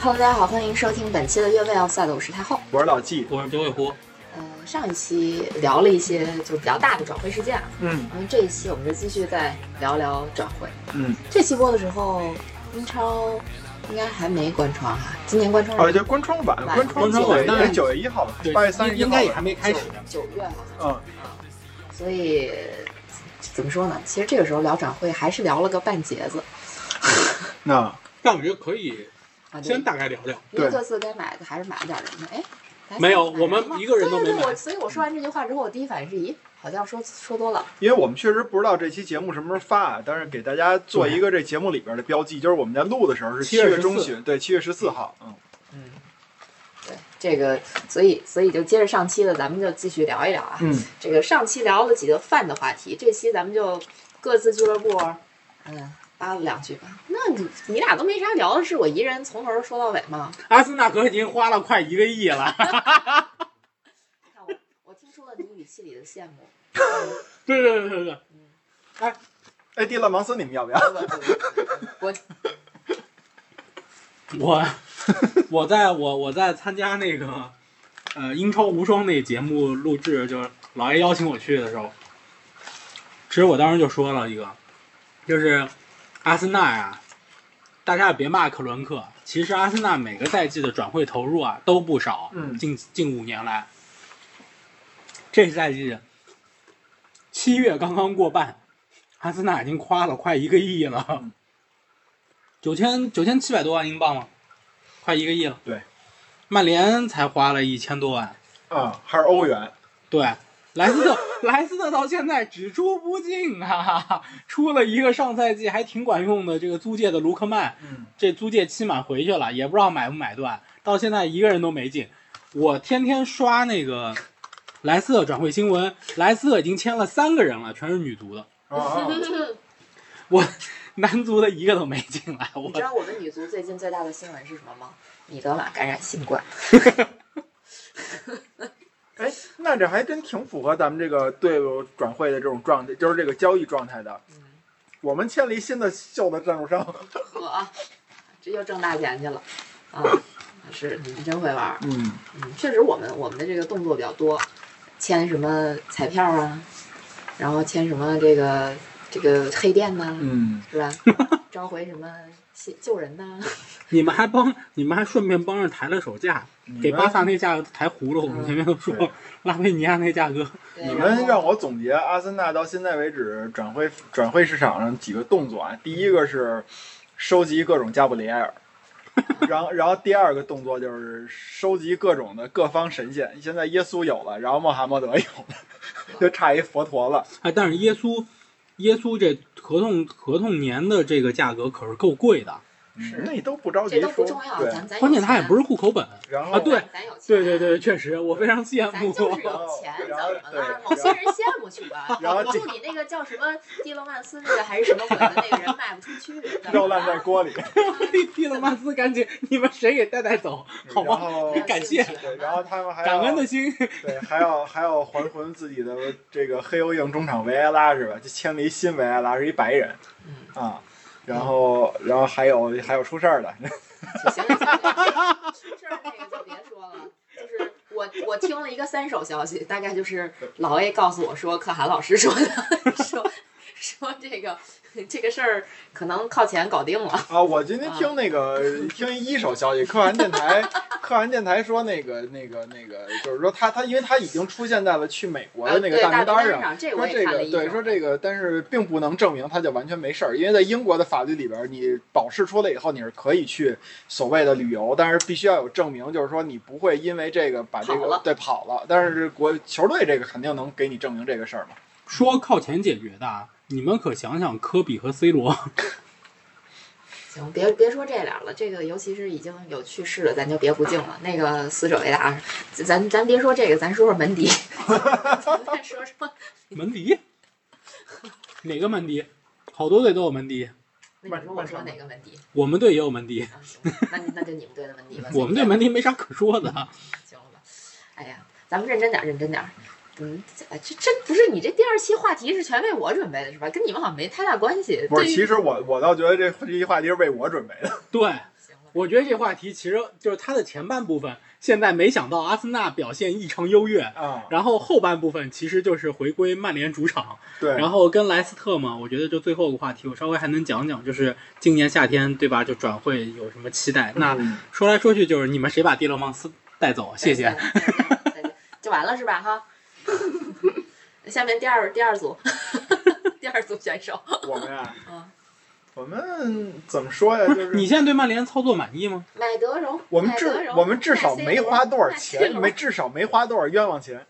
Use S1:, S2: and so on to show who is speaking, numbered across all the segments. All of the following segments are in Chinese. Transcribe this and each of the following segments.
S1: Hello，大家好，欢迎收听本期的越位 Outside，我是太后。
S2: 我是老纪，
S3: 我是九尾狐，
S1: 呃，上一期聊了一些就是比较大的转会事件啊，
S2: 嗯
S1: 然后这一期我们就继续再聊聊转会。
S2: 嗯，
S1: 这期播的时候，英超应该还没关窗哈、今年关窗
S2: 哦，
S1: 是
S2: 就官窗版，
S1: 晚
S2: 官窗
S3: 官窗晚
S2: 那
S3: 那
S2: 九月一号，
S3: 对
S2: 八月三十一号
S3: 应该也还没开
S1: 九
S3: 始。
S1: 九月好像，
S2: 嗯，
S1: 所以呃怎么说呢？其实这个时候聊转会还是聊了个半截子
S2: 那
S3: 但我觉得可以
S1: 啊，就
S3: 先大概聊聊。
S1: 因为
S2: 对
S1: 各自该买的还是买了点什么。哎，咱
S3: 没有
S1: 买了
S3: 我们
S1: 什么
S3: 一个人都
S1: 对对
S3: 没
S1: 对
S3: 买
S1: 我所以我说完这句话之后，我第一反应是，咦，好像说说多了。
S2: 因为我们确实不知道这期节目什么时候发，啊但是给大家做一个这节目里边的标记，就是我们在录的时候是七
S3: 7月
S2: 月中旬，对，七月十四号，嗯，
S1: 嗯，对，这个，所以所以就接着上期的，咱们就继续聊一聊啊。
S2: 嗯，
S1: 这个上期聊了几个饭的话题，这期咱们就各自俱乐部，嗯，扒拉两句吧。那你你俩都没啥聊的，是我一人从头说到尾吗？
S3: 阿森纳可已经花了快一个亿了，
S1: 看 我，我听出了你语气里的羡 慕。
S3: 对对对对对，
S2: 哎，蒂勒芒斯，你们要不要？
S1: 不不不不不
S3: 我 我在我我在参加那个呃英超无双那节目录制，就是老爷邀请我去的时候，其实我当时就说了一个，就是阿森纳呀、大家也别骂克伦克，其实阿森纳每个赛季的转会投入啊都不少，
S2: 嗯
S3: 近近五年来，这赛季七月刚刚过半，阿森纳已经花了快一个亿了
S2: 嗯，
S3: 九千九千七百多万英镑吗？快一个亿了。
S2: 对，
S3: 曼联才花了一千多万。
S2: 啊，还是欧元？
S3: 对，莱斯特莱斯特到现在只出不进啊，出了一个上赛季还挺管用的这个租借的卢克曼，
S2: 嗯，
S3: 这租借期满回去了，也不知道买不买断，到现在一个人都没进。我天天刷那个莱斯特转会新闻，莱斯特已经签了三个人了，全是女足的，
S2: 啊啊，
S1: 不，
S3: 男足的一个都没进来。我
S1: 你知道我们女足最近最大的新闻是什么吗？米德玛感染新冠。
S2: 哎，那这还真挺符合咱们这个队伍转会的这种状态，就是这个交易状态的。
S1: 嗯，
S2: 我们签了一新的秀的赞助商，
S1: 呵啊，这又挣大钱去了 啊！是你们真会玩儿。
S2: 嗯，
S1: 嗯，确实我们我们的这个动作比较多，签什么彩票啊，然后签什么这个这个黑店呐、
S2: 嗯，
S1: 是 吧？召回什么新救人呐、
S3: 你们还帮你们还顺便帮着抬了手价，给巴萨那价格抬糊了。我们前面都
S2: 对
S3: 说拉菲尼亚那价格，
S1: 对
S2: 你
S1: 然
S2: 们
S1: 后
S2: 让我总结阿森纳到现在为止转会转会市场上几个动作啊，第一个是收集各种加布里埃尔，然后然后第二个动作就是收集各种的各方神仙。现在耶稣有了，然后穆罕默德有了，就差一佛陀了。
S3: 哎，但是耶稣，耶稣这合同合同年的这个价格可是够贵的，
S1: 是
S2: 嗯那你都不着急
S1: 这都不
S2: 说，
S1: 重要，
S2: 对，
S1: 咱咱
S3: 关键他也不
S1: 是
S3: 是户口本。
S2: 然后、
S3: 啊对
S1: 咱有钱，
S3: 对对，对，确实，我非常羡
S1: 咱
S3: 慕。
S1: 就是有钱，怎
S2: 哦然后
S1: 么了？
S2: 对
S1: 某些人羡慕去吧。
S2: 然后这
S1: 祝你那个叫什么蒂勒曼斯那个还是什么鬼的那个人卖不 出去，怎么
S2: 肉 烂在
S1: 了
S2: 锅里，
S3: 蒂蒂勒曼斯，赶紧，你们谁给带带走？
S2: 然
S3: 好吧，
S2: 后
S1: 没有
S3: 感
S1: 兴
S3: 谢
S1: 趣好
S2: 对，
S1: 吗
S2: 然后他们还
S3: 感
S2: 要
S3: 恩的心。
S2: 对，还要还要还魂自己的这个黑油硬中场维埃拉是吧？就签了一新维埃拉，是一白人
S1: 嗯，
S2: 啊。然后，然后还有还有出事儿的，
S1: 行了，行了出事儿那个就别说了。就是我我听了一个三手消息，大概就是老 A 告诉我说，可汗老师说的，说说这个这个事儿可能靠钱搞定了。
S2: 啊，我今天听那
S1: 啊
S2: 个、听一手消息，可汗电台，可汗电台说那个那个那个，就是说他他，因为他已经出现在了去美国的那
S1: 呃
S2: 个
S1: 对
S2: 大
S1: 大
S2: 名单
S1: 上，
S2: 上。
S1: 这
S2: 说
S1: 我
S2: 这
S1: 也看了
S2: 个
S1: 一
S2: 对，说这
S1: 个，
S2: 个，但是并不能证明他就完全没事儿，因为在英国的法律里边，你保释出来以后，你是可以去所谓的旅游，但是必须要有证明，就是说你不会因为这个把这
S1: 跑
S2: 个
S1: 了
S2: 对跑了。但是国球队这个肯定能给你证明这个事儿嘛。
S3: 说靠钱解决的，你们可想想科比和 C 罗。
S1: 行，别别说这俩了，这个尤其是已经有去世的，咱就别不敬 了。那个死者为大，咱咱别说这个，咱说说门 迪，咱再说说
S3: 门迪，哪个门迪？好多队都有门迪，
S1: 那你说我说哪个门迪
S3: 我们队也有门迪。
S1: 啊？行，那你那就你们队的门迪 吧。
S3: 我们队门迪没啥可说的。
S2: 嗯
S1: 行了吧？哎呀，咱们认真点儿，认真点儿。嗯，哎这这不是你这第二期话题是全为我准备的是吧？跟你们好像没太大关系。
S2: 不是，
S1: 对于
S2: 其实我我倒觉得这这一话题是为我准备的。
S3: 对，
S1: 行了吧，
S3: 我觉得这话题其实就是它的前半部分，现在没想到阿森纳表现异常优越，
S2: 啊，
S3: 然后后半部分其实就是回归曼联主场，
S2: 对，
S3: 然后跟莱斯特嘛，我觉得就最后一个话题，我稍微还能讲讲，就是今年夏天对吧，就转会有什么期待？那
S2: 嗯
S3: 说来说去就是你们谁把蒂勒芒斯带走？啊谢谢。
S1: 再见，再见再见就完了是吧？哈， 下面第二第二组， 第二组选手，
S2: 我们呀
S1: 嗯，
S2: 我们怎么说呀？
S3: 不
S2: 就是是
S3: 你现在对曼联操作满意吗？
S1: 买德容，
S2: 我们
S1: 买
S2: 至
S1: 德容
S2: 我们至少
S1: 买 C
S2: 没
S1: 罗
S2: 花多少
S1: 买 C
S2: 钱，
S1: 罗
S2: 没至少没花多少冤枉钱。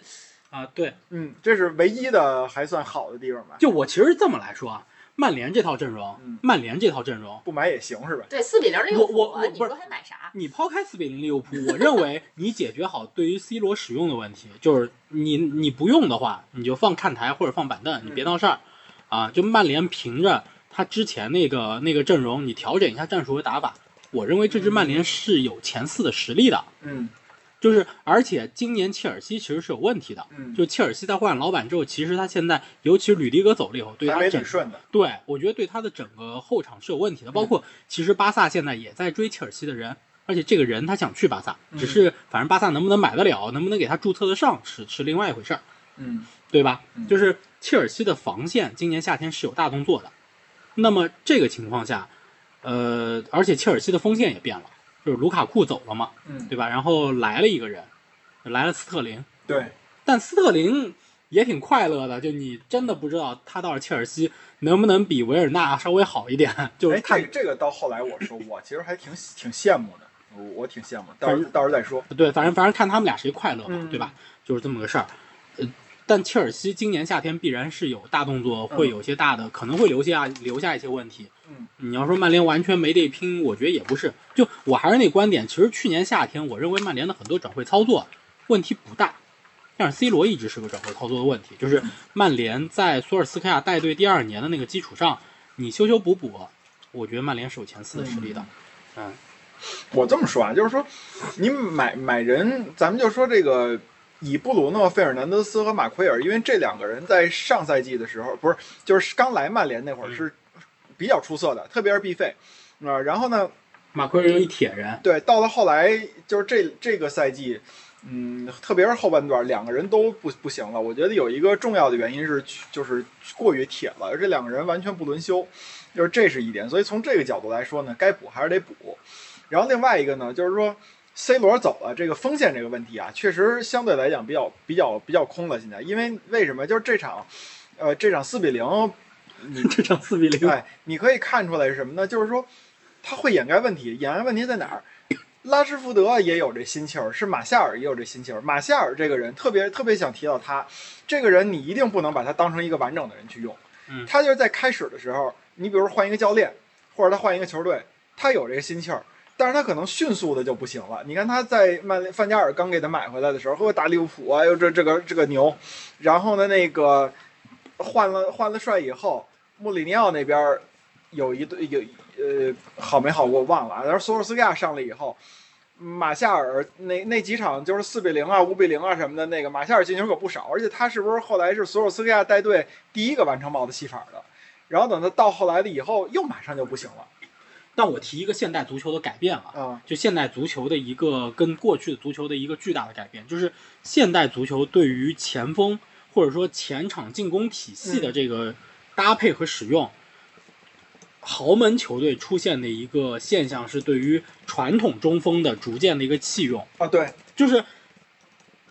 S3: 啊，对，
S2: 嗯，这是唯一的还算好的地方吧？
S3: 就我其实这么来说啊，曼联这套阵容，
S2: 嗯
S3: 曼联这套阵容，
S2: 不买也行是吧？
S1: 对四比零利物浦
S3: 我我
S1: 啊，你
S3: 不是
S1: 说还买啥？
S3: 你抛开四比零利物浦，我认为你解决好对于 C 罗使用的问题，就是你你不用的话，你就放看台或者放板凳，你
S2: 嗯
S3: 别闹事儿，啊，就曼联凭着他之前那个那个阵容，你调整一下战术和打法，我认为这支曼联是有前四的实力的，
S2: 嗯
S3: 就是而且今年切尔西其实是有问题的，
S2: 嗯，
S3: 就切尔西在换老板之后，其实他现在尤其是吕迪格走了以后，对
S2: 还
S3: 他
S2: 没
S3: 整
S2: 捋顺的。
S3: 对，我觉得对他的整个后场是有问题
S2: 嗯
S3: 的。包括其实巴萨现在也在追切尔西的人，而且这个人他想去巴萨，
S2: 嗯
S3: 只是反正巴萨能不能买得了，能不能给他注册得上是是另外一回事儿，
S2: 嗯
S3: 对吧
S2: 嗯？
S3: 就是切尔西的防线今年夏天是有大动作的。那么这个情况下，呃，而且切尔西的锋线也变了，就是卢卡库走了嘛，
S2: 嗯，
S3: 对吧？然后来了一个人，来了斯特林，
S2: 对，
S3: 但斯特林也挺快乐的，就你真的不知道他到了切尔西能不能比维尔纳稍微好一点，就是
S2: 哎，这
S3: 看
S2: 个这个到后来我说，我其实还挺挺羡慕的，我我挺羡慕，到时
S3: 反
S2: 候到时候再说。
S3: 对，反正反正看他们俩谁快乐嘛，
S2: 嗯
S3: 对吧？就是这么个事儿。呃，但切尔西今年夏天必然是有大动作，
S2: 嗯
S3: 会有一些大的，可能会留下留下一些问题。
S2: 嗯，
S3: 你要说曼联完全没得拼，我觉得也不是。就我还是那观点，其实去年夏天我认为曼联的很多转会操作问题不大，但是 C 罗一直是个转会操作的问题，就是曼联在索尔斯克亚带队第二年的那个基础上，你修修补补，我觉得曼联是有前四的实力的。嗯，
S2: 我这么说啊，就是说，你买买人，咱们就说这个以布鲁诺、费尔南德斯和马奎尔，因为这两个人在上赛季的时候，不是就是刚来曼联那会儿
S3: 嗯
S2: 是比较出色的，特别是 B 费啊、然后呢，
S3: 马奎尔又一铁人，
S2: 对，到了后来就是这这个赛季，嗯，特别是后半段，两个人都不不行了。我觉得有一个重要的原因是，就是过于铁了，而这两个人完全不轮休，就是这是一点。所以从这个角度来说呢，该补还是得补。然后另外一个呢，就是说 C 罗走了，这个锋线这个问题啊，确实相对来讲比较比较比较空了。现在，因为为什么？就是这场，呃，这场四比零，你
S3: 这场四比零。
S2: 哎，你可以看出来是什么呢？就是说，他会掩盖问题，掩盖问题在哪儿？拉什福德也有这心气儿，是马夏尔也有这心气儿。马夏尔这个人特别特别想提到他，这个人你一定不能把他当成一个完整的人去用。
S3: 嗯
S2: 他就是在开始的时候，你比如说换一个教练，或者他换一个球队，他有这个心气儿，但是他可能迅速的就不行了。你看他在曼联范加尔刚给他买回来的时候，和打利物浦啊，又这这个这个牛，然后呢那个换了换了帅以后，穆里尼奥那边儿有一队有呃好没好我忘了啊，然后索尔斯克亚上来以后。马夏尔那那几场就是四比零啊、五比零啊什么的，那个马夏尔进球可不少，而且他是不是后来是索尔斯克亚带队第一个完成帽子戏法的？然后等他到后来了以后，又马上就不行了
S3: 但我提一个现代足球的改变啊，
S2: 啊、
S3: 就现代足球的一个跟过去的足球的一个巨大的改变，就是现代足球对于前锋或者说前场进攻体系的这个搭配和使用，豪门球队出现的一个现象是对于传统中锋的逐渐的一个弃用，
S2: 啊！对，
S3: 就是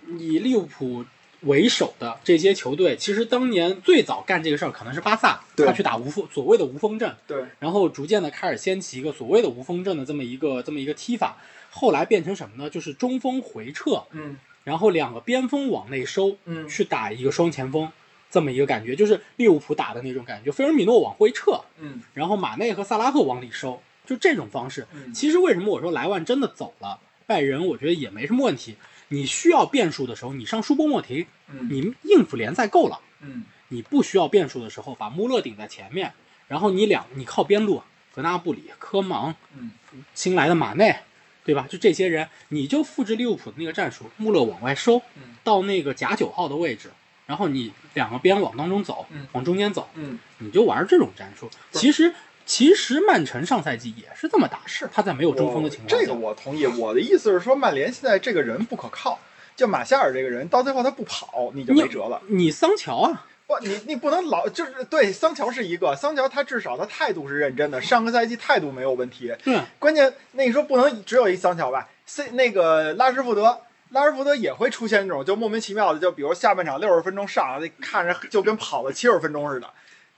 S3: 以利物浦。为首的这些球队，其实当年最早干这个事儿可能是巴萨，
S2: 对
S3: 他去打无锋，所谓的无锋阵，
S2: 对，
S3: 然后逐渐的开始掀起一个所谓的无锋阵的这么一个这么一个踢法，后来变成什么呢？就是中锋回撤，
S2: 嗯
S3: 然后两个边锋往内收，
S2: 嗯
S3: 去打一个双前锋，这么一个感觉，就是利物浦打的那种感觉，菲尔米诺往回撤，
S2: 嗯
S3: 然后马内和萨拉赫往里收，就这种方式。
S2: 嗯
S3: 其实为什么我说莱万真的走了，拜仁我觉得也没什么问题。你需要变数的时候，你上舒波莫廷，
S2: 嗯
S3: 你应付联赛够了。
S2: 嗯
S3: 你不需要变数的时候，把穆勒顶在前面，然后你两你靠边路，格纳布里、科芒、
S2: 嗯
S3: 新来的马内，对吧？就这些人，你就复制利物浦的那个战术，穆勒往外收
S2: 嗯，
S3: 到那个假九号的位置，然后你两个边往当中走
S2: 嗯，
S3: 往中间走，
S2: 嗯，
S3: 你就玩这种战术。
S2: 不是
S3: 其实其实曼城上赛季也是这么打，
S2: 是
S3: 他在没有中锋的情况下，
S2: 这个我同意。我的意思是说，曼联现在这个人不可靠，就马夏尔这个人，到最后他不跑，你就没辙了。
S3: 你桑乔啊，
S2: 不，你你不能老就是对桑乔是一个，桑乔他至少他态度是认真的，上个赛季态度没有问题。
S3: 对啊，
S2: 关键那你说不能只有一桑乔吧？C 那个拉什福德。拉什福德也会出现这种就莫名其妙的，就比如下半场六十分钟上来，看着就跟跑了七十分钟似的，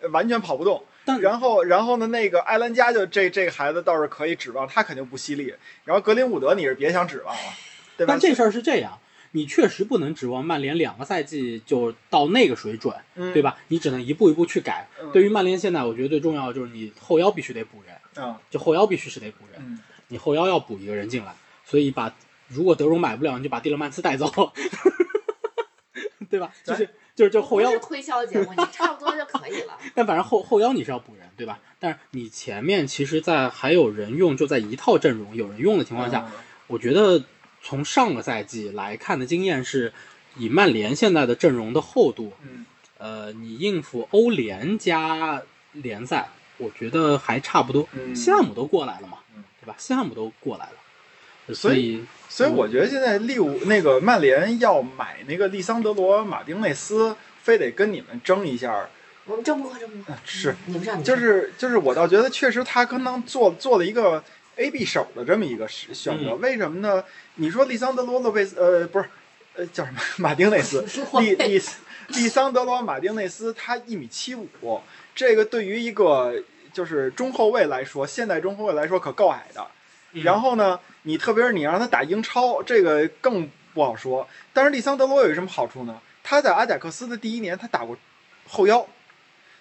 S2: 呃完全跑不动。
S3: 但
S2: 然后，然后呢，那个埃兰加就这这个孩子倒是可以指望，他肯定不犀利。然后格林伍德你是别想指望了，对吧？
S3: 但这事儿是这样，你确实不能指望曼联两个赛季就到那个水准，
S2: 嗯
S3: 对吧？你只能一步一步去改。
S2: 嗯
S3: 对于曼联现在，我觉得最重要的就是你后腰必须得补人，
S2: 嗯
S3: 就后腰必须是得补人，
S2: 嗯，
S3: 你后腰要补一个人进来，所以把如果德容买不了，你就把蒂勒曼斯带走， 对吧？就是就是就后腰
S1: 不是，推销的节目，你差不多就可以 了。
S3: 但反正后后腰你是要补人，对吧？但是你前面其实，在还有人用，就在一套阵容有人用的情
S2: 情
S3: 况下，，我觉得从上个赛季来看的经验是，以曼联现在的阵容的厚度，
S2: 嗯，
S3: 呃，你应付欧联加联赛，我觉得还差不多。
S2: 嗯
S3: 西汉姆都过来了嘛
S2: 嗯，
S3: 对吧？西汉姆都过来了，
S2: 所
S3: 所
S2: 以
S3: 以
S2: 所以我觉得现在利物那个曼联要买那个利桑德罗马丁内斯，非得跟你们争一下 儿，
S1: 我们争不过，争不过。
S2: 嗯是
S1: 你们上，你们上
S2: 就是就是，我倒觉得确实他可能做做了一个 A B 手的这么一个
S3: 嗯
S2: 选选择。为什么呢？你说利桑德罗洛贝斯，呃，不是，呃，叫什么？ 马丁内斯，利利利桑德罗马丁内斯，他一米七五，这个对于一个就是中后卫来说，现代中后卫来说可够矮的。然
S3: 后
S2: 后呢，你特别是你让他打英超，这个更不好说。但是利桑德罗有什么好处呢？他在阿贾克斯的第一年，他打过后腰，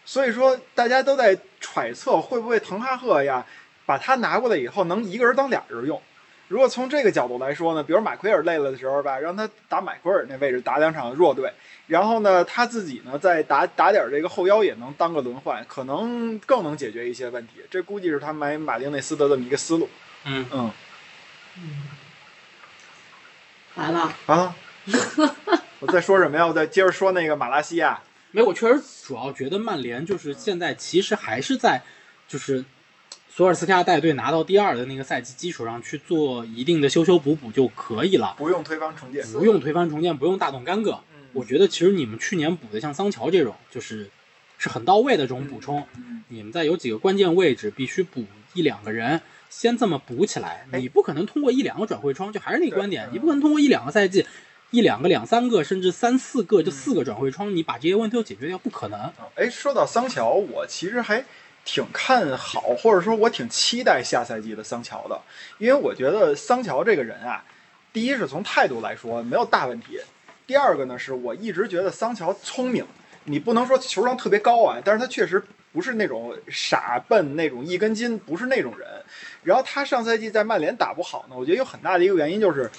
S2: 所以说大家都在揣测会不会滕哈赫呀把他拿过来以后能一个人当俩人用。如果从这个角度来说呢，比如马奎尔累了的时候吧，让他打马奎尔那位置打两场弱队，然后呢他自己呢再打打点这个后腰也能当个轮换，可能更能解决一些问题。这估计是他买马丁内斯的这么一个思路。
S3: 嗯，
S2: 嗯，
S1: 嗯完了，
S2: 啊， 我在说什么呀？我在接着说那个马拉西亚。
S3: 没有，我确实主要觉得曼联就是现在其实还是在就是。索尔斯克亚带队拿到第二的那个赛季基础上去做一定的修修补补就可以了，
S2: 不用推翻重建。
S3: 不用推翻重建，不用大动干戈。我觉得其实你们去年补的像桑乔这种，就是是很到位的这种补充。
S2: 嗯，
S3: 你们在有几个关键位置必须补一两个人，先这么补起来。
S2: 哎
S3: 你不可能通过一两个转会窗，就还是那个观点
S2: 对，嗯
S3: 你不可能通过一两个赛季，一两个、两三个，甚至三四个，就四个转会窗，你把这些问题都解决掉，不可能。
S2: 哎，说到桑乔，我其实还挺看好，或者说我挺期待下赛季的桑乔的，因为我觉得桑乔这个人啊，第一是从态度来说没有大问题，第二个呢是我一直觉得桑乔聪明，你不能说球商特别高啊，但是他确实。不是那种傻笨那种一根筋，不是那种人。然后他上赛季在曼联打不好呢，我觉得有很大的一个原因就是，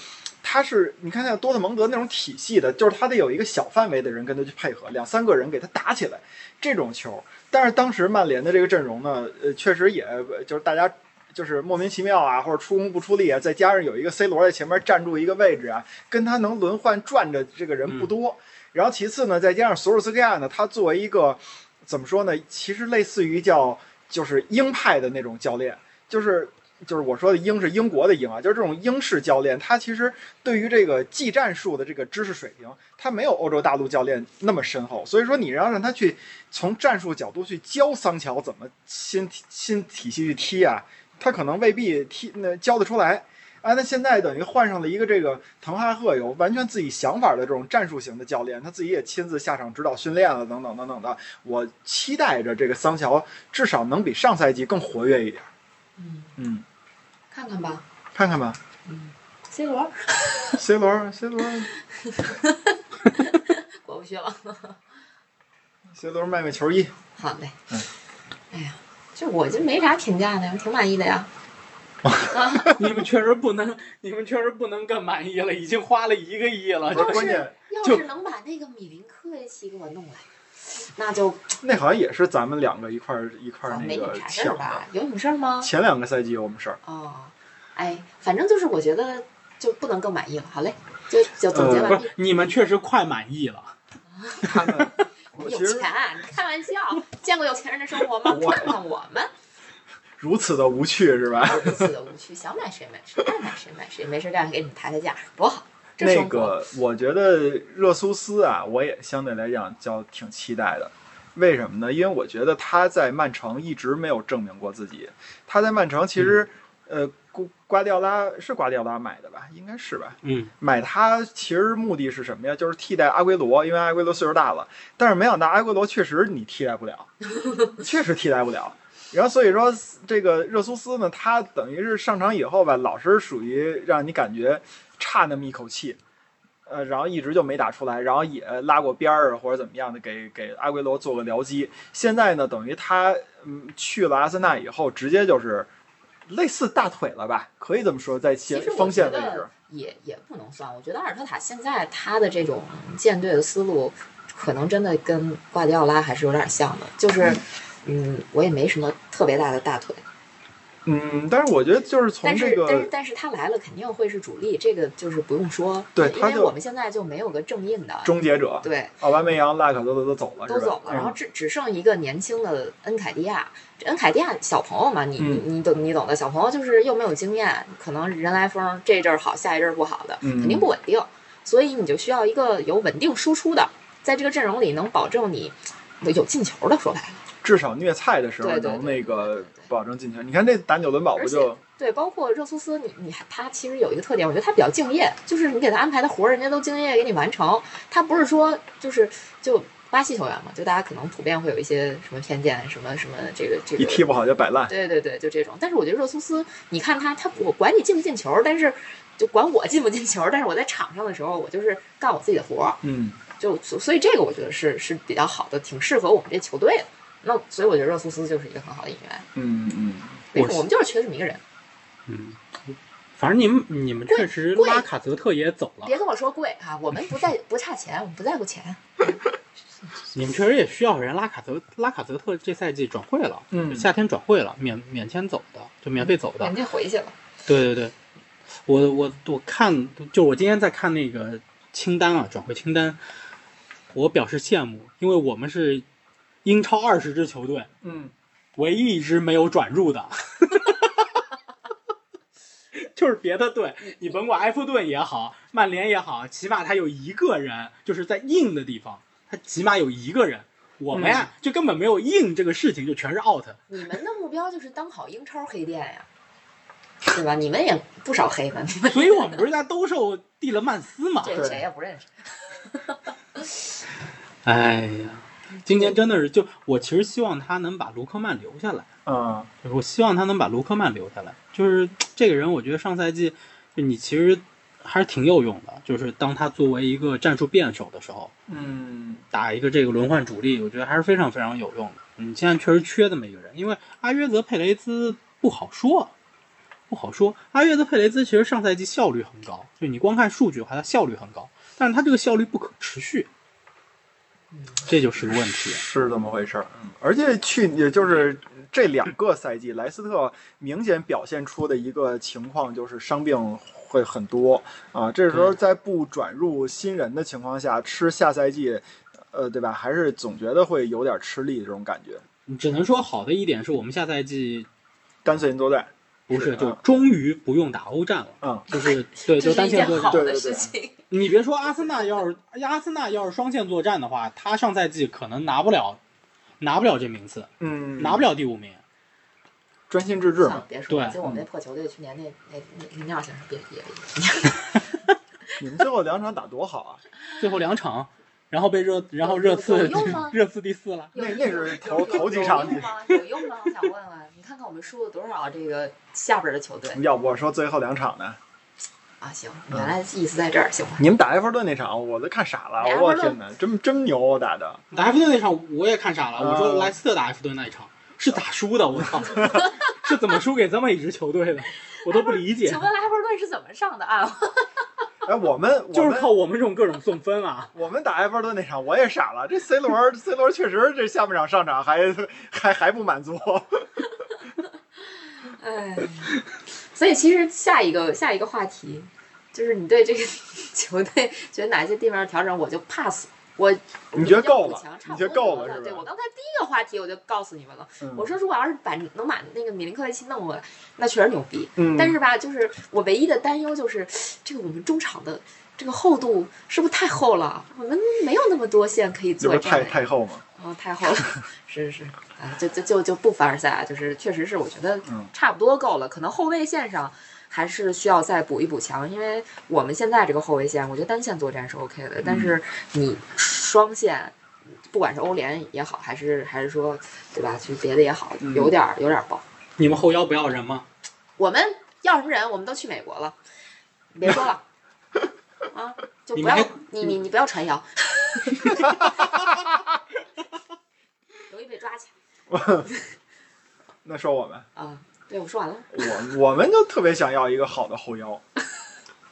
S2: 他是你看像多特蒙德那种体系的，就是他得有一个小范围的人跟他去配合，两三个人给他打起来这种球。但是当时曼联的这个阵容呢，呃，确实也呃就是大家就是莫名其妙啊，或者出工不出力啊，再加上有一个 C 罗在前面站住一个位置啊，跟他能轮换转着这个人不多。然后其次呢，再加上索尔斯克亚呢，他作为一个怎么说呢，其实类似于叫就是鹰派的那种教练，就是。就是我说的鹰是英国的鹰啊，就是这种英式教练，他其实对于这个技战术的这个知识水平，他没有欧洲大陆教练那么深厚。所以说，你要让他去从战术角度去教桑乔怎么新新体系去踢啊，他可能未必踢那教得出来。啊，那现在等于换上了一个这个滕哈赫有完全自己想法的这种战术型的教练，他自己也亲自下场指导训练了，等等等等的。我期待着这个桑乔至少能比上赛季更活跃一点。
S1: 嗯，
S2: 嗯，
S1: 看看吧。
S2: 看看吧
S1: 嗯，C 罗
S2: ，C 罗，C 罗
S1: 过不去了。
S2: ，C 罗卖卖球衣。
S1: 好嘞。
S2: 嗯
S1: 哎呀，这我就没啥评价的呀，挺满意的呀。
S3: 你们确实不能，你们确实不能更满意了，已经花了一个亿了。
S2: 不
S3: 这
S2: 是
S1: 是
S2: 关键，
S1: 要
S3: 就是
S1: 能把那个米林科维奇给我弄来，那就
S2: 那好像也是咱们两个一块儿一块儿
S1: 啊
S2: 那
S1: 没你
S2: 个
S1: 们啥事
S2: 抢
S1: 儿
S2: 的。
S1: 吧？有你们事儿吗？
S2: 前两个赛季有我们事儿。
S1: 哦，哎，反正就是我觉得就不能更满意了。好嘞，就就总结
S2: 呃
S3: 不
S1: 完毕
S3: 是。你们确实快满意了，
S2: 他们，我其
S1: 有
S2: 实
S1: 钱，开玩笑，见过有钱人的生活吗？
S2: 我
S1: 看看我们，
S2: 如此的无趣是吧？
S1: 如此的无趣，想买谁买谁，爱买谁买谁，没事干给你们抬抬价，多好。这
S2: 那
S1: 生活
S2: 个，我觉得热苏斯啊，我也相对来讲较挺期待的。为什么呢？因为我觉得他在曼城一直没有证明过自己。他在曼城其实，呃，瓜瓜迪奥拉是瓜迪奥拉买的吧？应该是吧？
S3: 嗯，
S2: 买他其实目的是什么呀？就是替代阿圭罗，因为阿圭罗岁数大了。但是没想到阿圭罗确实你替代 不了，确实替代不了。然后所以说这个热苏斯呢，他等于是上场以后吧，老是属于让你感觉差那么一口气，呃，然后一直就没打出来，然后也拉过边儿啊或者怎么样的，给给阿圭罗做个僚机。现在呢，等于他嗯去了阿森纳以后，直接就是类似大腿了吧，可以这么说，在
S1: 其
S2: 前
S1: 实我
S2: 锋
S1: 觉
S2: 线位置
S1: 得。也也不能算。我觉得阿尔特塔现在他的这种建队的思路，可能真的跟瓜迪奥拉还是有点像的，就是。嗯，我也没什么特别大的大腿，
S2: 嗯，但是我觉得就是从
S1: 但
S2: 这
S1: 是但是
S2: 个，
S1: 但是他来了肯定会是主力，这个就是不用说。
S2: 对
S1: 因
S2: 他
S1: 为
S2: 就
S1: 我们现在就没有个正印的，
S2: 终结者
S1: 对，
S2: 奥巴梅扬、拉卡泽德都走了，
S1: 都
S2: 是吧
S1: 走了，然后
S2: 嗯
S1: 只只剩一个年轻的恩凯迪亚。这恩凯迪亚小朋友嘛，你
S2: 嗯
S1: 你你懂你懂的，小朋友就是又没有经验，可能人来疯，这一阵儿好，下一阵儿不好的，
S2: 嗯
S1: 肯定不稳定。所以你就需要一个有稳定输出的，在这个阵容里能保证你有进球的。说白了，
S2: 至少虐菜的时候
S1: 对对
S2: 能
S1: 对
S2: 那
S1: 对
S2: 个
S1: 对
S2: 保证进球。你看这打纽伦堡不就
S1: 对，包括热苏斯，你你还他其实有一个特点，我觉得他比较敬业，就是你给他安排的活儿，人家都敬业给你完成。他不是说就是就巴西球员嘛，就大家可能普遍会有一些什么偏见，什么什么这个这个
S2: 一踢不好就摆烂？
S1: 对对对，就这种。但是我觉得热苏斯，你看他，他我管你进不进球，但是就管我进不进球，但是我在场上的时候，我就是干我自己的活儿，
S2: 嗯，
S1: 就所所以这个我觉得是是比较好的，挺适合我们这球队的。那所以我觉得热苏斯就是一个很好的演员，
S2: 嗯嗯，
S1: 没
S3: 我
S1: 事，我们就是缺这么一个人。
S3: 嗯，反正你们你们确实
S1: 贵贵
S3: 拉卡泽特也走了，
S1: 别跟我说贵啊，我们不在不差钱，我们不在乎钱。
S3: 你们确实也需要人。拉卡泽拉卡泽特这赛季转会了，
S2: 嗯
S3: 夏天转会了，免免签走的，就免费走的
S1: 人。家回去了，
S3: 对对对，我我我看，就我今天在看那个清单啊，转会清单，我表示羡慕，因为我们是英超二十支球队，
S2: 嗯
S3: 唯一一支没有转入的， 就是别的队，你甭管埃弗顿也好，曼联也好，起码他有一个人就是在硬的地方，他起码有一个人。我们呀、就根本没有硬这个事情，就全是 out。
S1: 你们的目标就是当好英超黑店呀，对吧？你们也不少黑呢，你们
S3: 所以我们不是在兜售蒂勒曼斯嘛？
S1: 这
S2: 对
S1: 谁也不认识。
S3: 哎呀，今年真的是就我其实希望他能把卢克曼留下来，
S2: 啊，
S3: 就是我希望他能把卢克曼留下来。就是这个人，我觉得上赛季就你其实还是挺有用的，就是当他作为一个战术辩手的时候，
S2: 嗯
S3: 打一个这个轮换主力，我觉得还是非常非常有用的。你现在确实缺这么一个人，因为阿约泽佩雷兹不好说，不好说。阿约泽佩雷兹其实上赛季效率很高，就你光看数据的话，他效率很高，但是他这个效率不可持续，这就是个问题。
S2: 是这么回事儿。嗯而且去也就是这两个赛季，莱斯特明显表现出的一个情况就是伤病会很多啊。这时候在不转入新人的情况下，吃下赛季，呃，对吧？还是总觉得会有点吃力这种感觉。
S3: 只能说好的一点是我们下赛季
S2: 干脆您都在，
S3: 不是
S2: 是
S3: 就
S2: 啊
S3: 终于不用打欧战了，
S2: 嗯，
S3: 就是对，
S1: 这
S3: 就是单
S1: 一
S3: 线
S1: 件
S3: 作
S1: 好
S3: 战。
S1: 的
S2: 对对
S1: 事
S2: 对
S1: 情，
S3: 你别说阿森纳要是哎阿森纳要是双线作战的话，他上赛季可能拿不了拿不了这名次，
S2: 嗯，
S3: 拿不了第五名。
S2: 专心致志
S1: 算了
S2: 嘛，，
S1: 别说了，
S3: 对
S1: 就我们那破球队去年那那那那尿性，别别别。
S2: 你们最后两场打多好啊！
S3: 最后两场，然后被热，然后热
S1: 有
S3: 刺
S1: 用吗
S3: 热刺第四了。
S1: 有
S2: 那那是头头几场
S1: 有用吗？有用吗？我想问问，你看看我们输了多少这个下边的球队
S2: 要不我说最后两场呢？
S1: 啊？行，原来意思在这儿，行吧？
S2: 你们打埃弗顿那场，我都看傻了
S1: 埃弗，顿
S2: 我天哪，真真牛啊打的！
S3: 打埃弗顿那场我也看傻了，
S2: 啊
S3: 我说莱斯特打埃弗顿那一场是咋输的？我操， 是怎么输给这么一支球队的？我都不理解
S1: 请，问埃弗哎顿是怎么上的啊岸？
S2: 哎，我们我
S3: 就是
S2: 们
S3: 靠我们这种各种送分啊！
S2: 我们打埃弗顿那场，我也傻了。这 C 罗 C 罗确实这下半场上场还还还不满足。
S1: 哎， 所以其实下一个下一个话题就是你对这个球队觉得哪些地方要调整，我就 pass。我
S2: 你觉得够了
S1: 我觉
S2: 你觉得够了是吧
S1: 对我刚才第一个话题我就告诉你们了，
S2: 嗯
S1: 我说如果要是把能把那个米林科维奇弄过来，那确实牛逼。
S2: 嗯，
S1: 但是吧，就是我唯一的担忧就是，这个我们中场的这个厚度是不是太厚了？我们没有那么多线可以
S2: 这
S1: 做
S2: 不是
S1: 这样
S2: 太
S1: 的。
S2: 太厚吗？
S1: 哦，太厚了， 是是是，啊，就就就就不凡尔赛啊，就是确实是，我觉得
S2: 嗯
S1: 差不多够了。可能后卫线上还是需要再补一补强，因为我们现在这个后卫线，我觉得单线作战是 OK 的，但是你双线，不管是欧联也好，还是还是说对吧，去别的也好，
S3: 嗯
S1: 有点儿有点儿爆。
S3: 你们后腰不要人吗？
S1: 我们要什么人，我们都去美国了，别说 了，啊，就不
S3: 你
S1: 要
S3: 们还
S1: 你你你不要传谣， 容易被抓起
S2: 那说我们，
S1: 来啊。对，我说完了，
S2: 我我们就特别想要一个好的 后腰，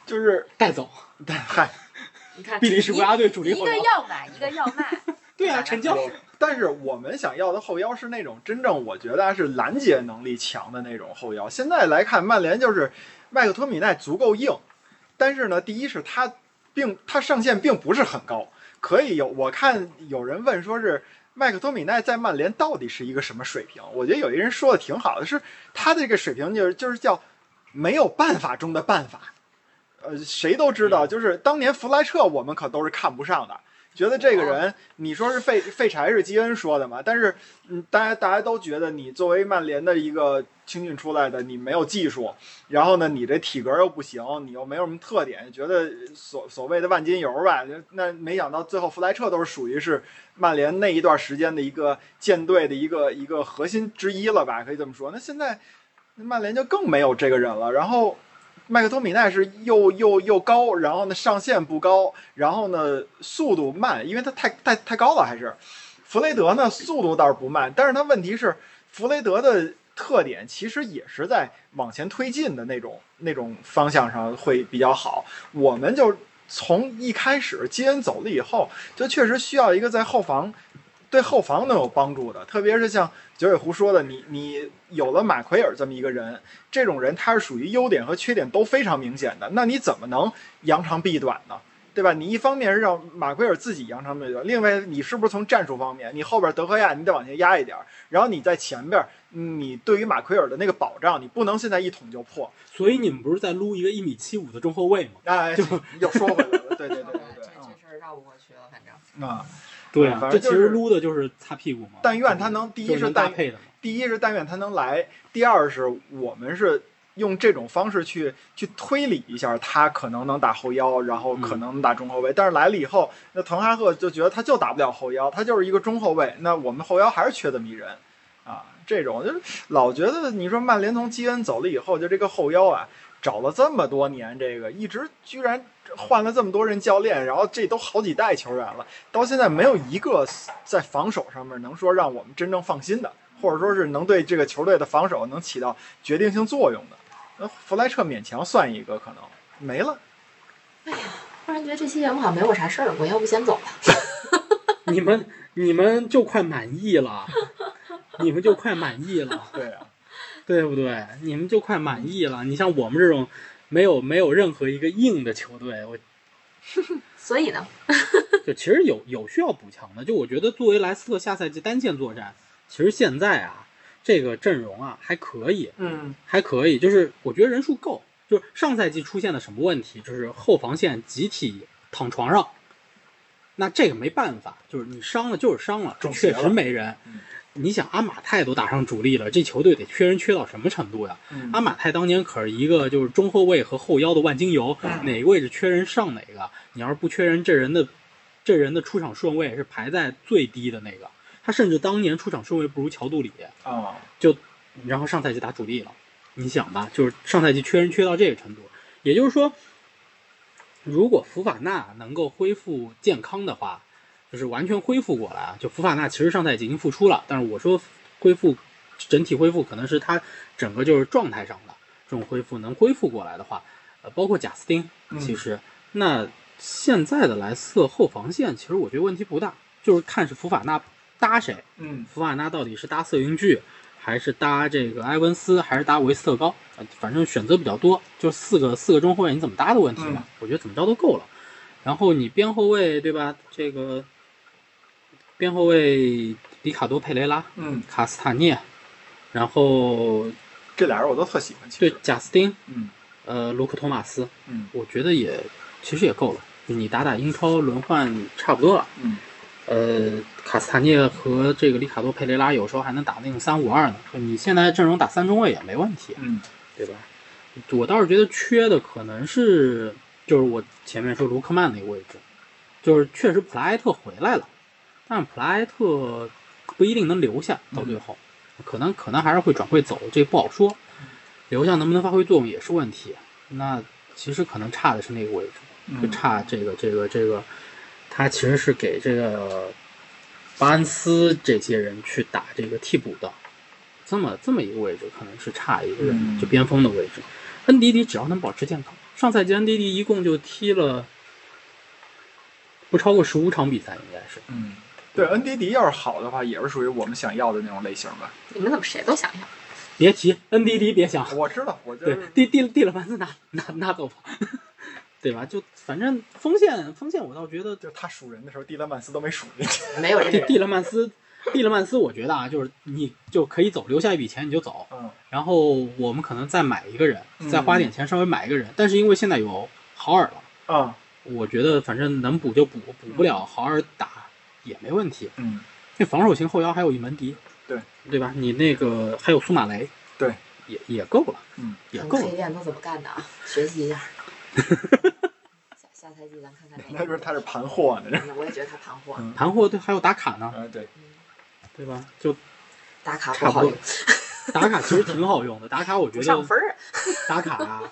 S2: 就是
S3: 带走
S2: 但嗨，
S1: 你看，
S3: 比利时国家队主
S1: 啊一
S3: 力
S1: 一
S3: 后
S1: 个
S3: 腰。
S1: 要买，一个要卖，
S3: 对啊，陈教
S2: 我但是我们想要的后腰是那种真正我觉得啊是拦截能力强的那种后腰。现在来看，曼联就是麦克托米奈足够硬，但是呢，第一是他并他上限并不是很高，可以有我看有人问说是。麦克托米奈在曼联到底是一个什么水平？我觉得有一人说的挺好的，是他的这个水平就是就是叫没有办法中的办法。呃，谁都知道，就是当年弗莱彻我们可都是看不上的，觉得这个人你说是废废柴是基恩说的嘛？但是，嗯，大家大家都觉得你作为曼联的一个青训出来的，你没有技术，然后呢，你这体格又不行，你又没有什么特点，觉得所所谓的万金油吧？那没想到最后弗莱彻都是属于是曼联那一段时间的一个舰队的一个一个核心之一了吧？可以这么说。那现在曼联就更没有这个人了，然后。麦克托米奈是又又又高，然后呢上限不高，然后呢速度慢，因为他太太太高了还是。弗雷德呢速度倒是不慢，但是他问题是弗雷德的特点其实也是在往前推进的那种那种方向上会比较好。我们就从一开始基恩走了以后，就确实需要一个在后防。对后防能有帮助的，特别是像九尾狐说的，你你有了马奎尔这么一个人，这种人他是属于优点和缺点都非常明显的，那你怎么能扬长避短呢？对吧？你一方面是让马奎尔自己扬长避短，另外你是不是从战术方面，你后边德赫亚你得往前压一点儿，然后你在前边，你对于马奎尔的那个保障，你不能现在一捅就破。
S3: 所以你们不是在撸一个一米七五的中后卫吗？
S2: 哎，又说回来了， 对对对对
S1: 这
S2: 嗯对，
S1: 这事儿绕不过去了，反正。
S2: 嗯啊，
S3: 对啊
S2: 反，
S3: 这
S2: 正
S3: 其
S2: 就是
S3: 实撸的就是擦屁股嘛。
S2: 但愿他能第
S3: 第
S2: 一是
S3: 搭
S2: 但
S3: 配的嘛。
S2: 第一是但愿他能来，第二是我们是用这种方式去去推理一下他可能能打后腰，然后可能能打中后卫。但是来了以后，那滕哈赫就觉得他就打不了后腰，他就是一个中后卫。那我们后腰还是缺这么一人啊，这种就是老觉得你说曼联从基恩走了以后，就这个后腰啊。找了这么多年，这个一直居然换了这么多任教练，然后这都好几代球员了，到现在没有一个在防守上面能说让我们真正放心的，或者说是能对这个球队的防守能起到决定性作用的。那弗莱彻勉强算一个，可能没了。
S1: 突然觉得这期节目好像没我啥事儿了，我要不先走吧。
S3: 你们你们就快满意了，你们就快满意了，
S2: 对啊，
S3: 对不对？你们就快满意了。你像我们这种没有没有任何一个硬的球队，我
S1: 所以呢，
S3: 就其实有有需要补强的。就我觉得作为莱斯特下赛季单线作战，其实现在啊这个阵容啊还可以，
S2: 嗯
S3: 还可以，就是我觉得人数够。就是上赛季出现的什么问题，就是后防线集体躺床上，那这个没办法，就是你伤了就是伤了，
S2: 中邪
S3: 确
S2: 了
S3: 实没人
S2: 嗯。
S3: 你想阿马泰都打上主力了，这球队得缺人缺到什么程度呀？
S2: 嗯
S3: 阿马泰当年可是一个就是中后卫和后腰的万金油，哪个位置缺人上哪个。你要是不缺人，这人的这人的出场顺位是排在最低的那个。他甚至当年出场顺位不如乔杜里。
S2: 啊，
S3: 就然后上赛季打主力了，你想吧，就是上赛季缺人缺到这个程度，也就是说，如果福法纳能够恢复健康的话，就是完全恢复过来啊，就福法纳其实上赛季已经复出了，但是我说恢复整体恢复可能是他整个就是状态上的这种恢复能恢复过来的话，呃，包括贾斯汀，
S2: 嗯
S3: 其实、那现在的莱斯特后防线其实我觉得问题不大，就是看是福法纳搭谁。
S2: 嗯
S3: 福瓦纳到底是搭瑟云剧，还是搭这个埃文斯，还是搭维斯特高？呃反正选择比较多，就四个四个中后卫你怎么搭的问题吧。我觉得怎么着都够了。然后你边后卫对吧？这个边后卫里卡多·佩雷拉、
S2: 嗯，
S3: 卡斯塔涅，然后
S2: 这俩人我都特喜欢，其
S3: 对
S2: 实，
S3: 贾斯汀，
S2: 嗯
S3: 呃，卢克·托马斯，
S2: 嗯
S3: 我觉得也其实也够了，就你打打英超轮换差不多了。
S2: 嗯，
S3: 呃，卡斯塔涅和这个里卡多·佩雷拉有时候还能打那种三五二呢，就你现在阵容打三中卫也没问题。
S2: 嗯
S3: 对吧？我倒是觉得缺的可能是就是我前面说卢克曼那个位置，就是确实普拉埃特回来了，但普拉埃特不一定能留下到最后，可能可能还是会转会走，这不好说。留下能不能发挥作用也是问题。那其实可能差的是那个位置。就
S2: 嗯，
S3: 差这个这个这个，他其实是给这个巴恩斯这些人去打这个替补的，这么这么一个位置可能是差一个人，
S2: 嗯
S3: 就边锋的位置。恩迪迪只要能保持健康，上赛季恩迪迪一共就踢了不超过十五场比赛，应该是
S2: 嗯，对，恩迪迪要是好的话，也是属于我们想要的那种类型吧。
S1: 你们怎么谁都想要？
S3: 别提恩迪迪，别想
S2: 我知道，我就
S3: 对
S2: 是，
S3: 蒂蒂蒂勒凡斯拿拿拿走吧， 对吧？就反正锋线锋线，我倒觉得
S2: 就是他数人的时候，蒂勒曼斯都没数进去。
S1: 没有这个
S3: 蒂
S1: 人。
S3: 蒂勒曼斯，蒂勒曼斯，我觉得啊，就是你就可以走，留下一笔钱你就走，
S2: 嗯
S3: 然后我们可能再买一个人，
S2: 嗯
S3: 再花点钱稍微买一个人，但是因为现在有豪尔了，
S2: 啊
S3: 我觉得反正能补就补，补不了豪尔打也没问题。
S2: 嗯
S3: 那防守型后腰还有一门迪，
S2: 对
S3: 对吧？你那个还有苏马雷，
S2: 对，
S3: 也也够了，
S2: 嗯，
S3: 也
S1: 从
S3: 够
S1: 黑
S3: 了。
S1: 店都怎么干的啊？学习一下。 下下赛季咱看看那
S2: 他
S1: 个。
S2: 说他是盘货呢，这是
S1: 嗯我也觉得他盘嗯货，
S2: 嗯
S3: 盘货对，还有打卡呢，
S2: 啊对，
S3: 对吧？就
S1: 打卡不
S3: 差不
S1: 好
S3: 多
S1: 用，。
S3: 打卡其实挺好用的，打卡我觉
S1: 不
S3: 得
S1: 上分儿。
S3: 打卡啊，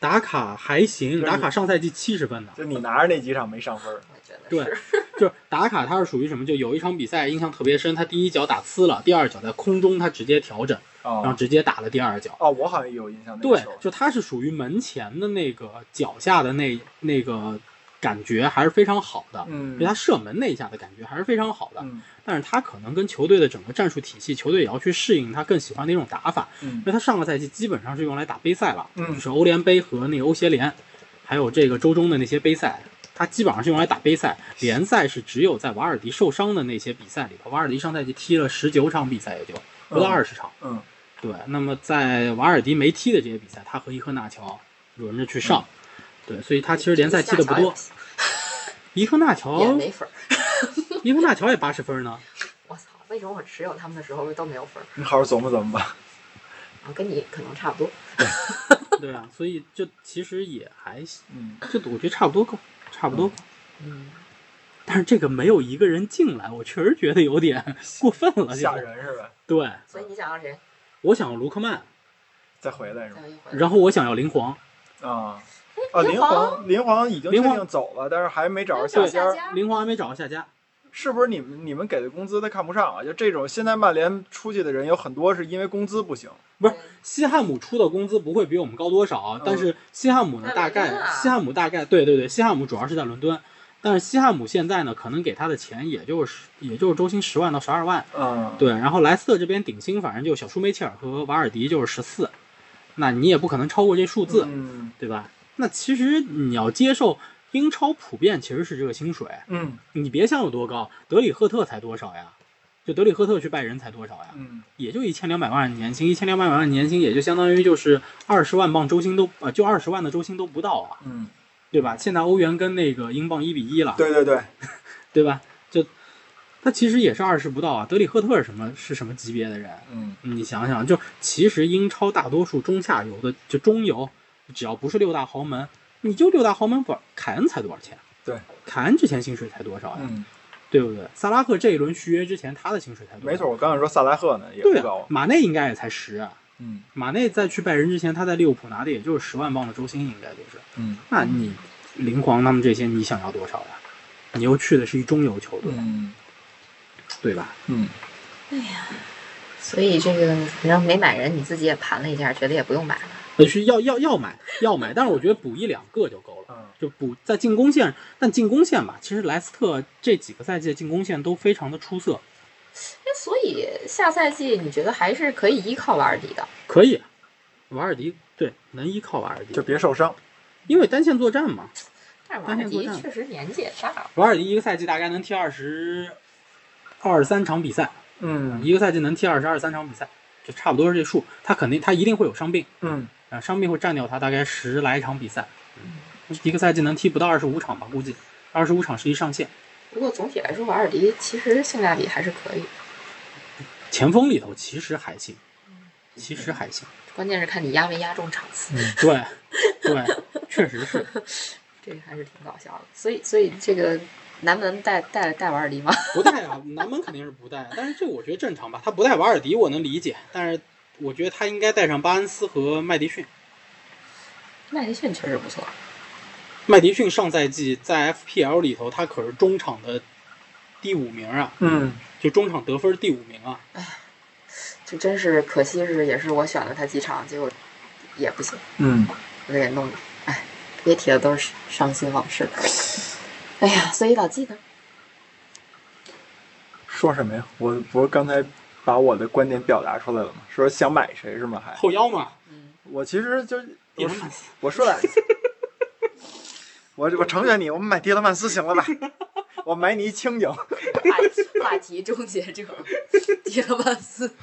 S3: 打卡还行，
S2: 就是
S3: 打卡上赛季七十分呢。
S2: 就你拿着那几场没上分儿，
S1: 我觉得
S3: 对
S1: 是。，
S3: 就是打卡，他是属于什么？就有一场比赛印象特别深，他第一脚打呲了，第二脚在空中他直接调整，然后
S2: 哦
S3: 直接打了第二脚。
S2: 哦，我好像有印象那个
S3: 对
S2: 球，，
S3: 就他是属于门前的那个脚下的那那个感觉还是非常好的，
S2: 嗯
S3: 就他射门那一下的感觉还是非常好的。
S2: 嗯
S3: 但是他可能跟球队的整个战术体系，球队也要去适应他更喜欢的一种打法。因
S2: 嗯
S3: 为他上个赛季基本上是用来打杯赛了，
S2: 嗯
S3: 就是欧联杯和那个欧协联，还有这个周中的那些杯赛，他基本上是用来打杯赛。联赛是只有在瓦尔迪受伤的那些比赛里头，瓦尔迪上赛季踢了十九场比赛，也就不
S2: 嗯
S3: 到二十场。
S2: 嗯
S3: 对，那么在瓦尔迪没踢的这些比赛，他和伊科纳乔轮着去上。
S2: 嗯
S3: 对，所以他其实联赛踢的不哦多。伊科纳
S1: 也
S3: 乔，
S1: 没分儿。
S3: 伊科纳乔也八十分呢。
S1: 我操！为什么我持有他们的时候都没有分儿？
S2: 你好好琢磨琢磨吧。
S1: 啊，跟你可能差不多。
S3: 对啊，所以就其实也还行，
S2: 嗯，
S3: 就我觉得差不多够，差不多够。
S1: 嗯，
S3: 但是这个没有一个人进来，我确实觉得有点过分了。
S2: 吓
S3: 这个。
S2: 人是吧？
S3: 对，
S1: 所以你想要谁？
S3: 我想要卢克曼，
S2: 再回来是
S1: 再
S2: 吧？
S1: 有一回。
S3: 然后我想要林皇。
S2: 啊啊，
S1: 林
S2: 林皇林皇已经确
S3: 林皇
S2: 定走了，但是还没找着
S1: 找
S2: 下家。
S1: 家。
S3: 林皇还没找到下家，
S2: 是不是你们你们给的工资他看不上啊？就这种现在曼联出去的人有很多是因为工资不行，
S3: 不是西汉姆出的工资不会比我们高多少
S2: 嗯，
S3: 但是西汉姆呢，
S1: 那
S3: 大概
S1: 伦敦啊
S3: 西汉姆大概对对对，西汉姆主要是在伦敦，但是西汉姆现在呢，可能给他的钱也就是也就是周薪十万到十二万，
S2: 嗯，
S3: 对。然后莱斯特这边顶薪反正就小舒梅切尔和瓦尔迪就是十四，那你也不可能超过这数字，
S2: 嗯
S3: 对吧？那其实你要接受英超普遍其实是这个薪水，
S2: 嗯
S3: 你别想有多高，德里赫特才多少呀？就德里赫特去拜仁才多少呀？
S2: 嗯
S3: 也就一千两百万年薪，一千两百万年薪也就相当于就是二十万镑周薪都呃，就二十万的周薪都不到啊，
S2: 嗯，
S3: 对吧？现在欧元跟那个英镑一比一了，
S2: 对对对，
S3: 对吧？就他其实也是二十不到啊。德里赫特是什么是什么级别的人？
S2: 嗯
S3: 你想想，就其实英超大多数中下游的，就中游，只要不是六大豪门，你就六大豪门本，凯恩才多少钱？
S2: 对，
S3: 凯恩之前薪水才多少呀？
S2: 嗯，
S3: 对不对？萨拉赫这一轮续约之前，他的薪水才多少？
S2: 没错，，我刚想说萨拉赫呢也
S3: 对
S2: 不
S3: 啊
S2: 高，，
S3: 马内应该也才十啊。
S2: 嗯
S3: 马内在去拜仁之前，他在利物浦拿的也就是十万镑的周薪，应该就是。
S2: 嗯
S3: 那你林皇他们这些，你想要多少呀？你又去的是一中游球队，
S2: 嗯
S3: 对吧？
S2: 嗯，
S1: 所以这个反正没买人，你自己也盘了一下，觉得也不用买了。
S3: 呃，是要要要买要买，但是我觉得补一两个就够了。
S2: 嗯
S3: 就补在进攻线，但进攻线吧，其实莱斯特这几个赛季的进攻线都非常的出色，
S1: 哎，所以下赛季你觉得还是可以依靠瓦尔迪的？
S3: 可以。啊瓦尔迪对能依靠瓦尔迪
S2: 就，别受伤，
S3: 因为单线作战嘛，
S1: 但是瓦尔迪确实年纪也大了，
S3: 瓦尔迪一个赛季大概能踢二十二十三场比赛，
S2: 嗯
S3: 一个赛季能踢二十二三场比赛，就差不多是这数。他肯定他一定会有伤病
S2: 嗯，
S3: 啊，伤病会占掉他大概十来场比赛，一个赛季能踢不到二十五场吧，估计二十五场是一上限。
S1: 不过总体来说，瓦尔迪其实性价比还是可以，
S3: 前锋里头其实还行，其实还行。
S1: 关键是看你压没压中场次，
S3: 对，对，确实是。
S1: 这个还是挺搞笑的。所以，所以这个南门带带带瓦尔迪吗？
S3: 不带啊，南门肯定是不带，但是这我觉得正常吧。他不带瓦尔迪我能理解，但是我觉得他应该带上巴恩斯和麦迪逊。
S1: 麦迪逊确实不错，
S3: 麦迪逊上赛季在 FPL 里头，他可是中场的第五名啊，
S2: 嗯，
S3: 就中场得分第五名啊。
S1: 就真是可惜是也是我选了他几场，结果也不行，
S2: 嗯，
S1: 我就给弄了。哎，别提了，都是伤心往事。 哎呀，所以老纪呢？
S2: 说什么呀？我不是刚才把我的观点表达出来了吗？说想买谁是吗？还
S3: 后腰嘛，
S1: 嗯，
S2: 我其实就我
S3: 也能
S2: 说
S3: 买
S2: 我说 了，我我成全你，我们买迪勒曼斯行 了吧？我买你一清净。
S1: 话题话题终结者，迪勒曼 斯，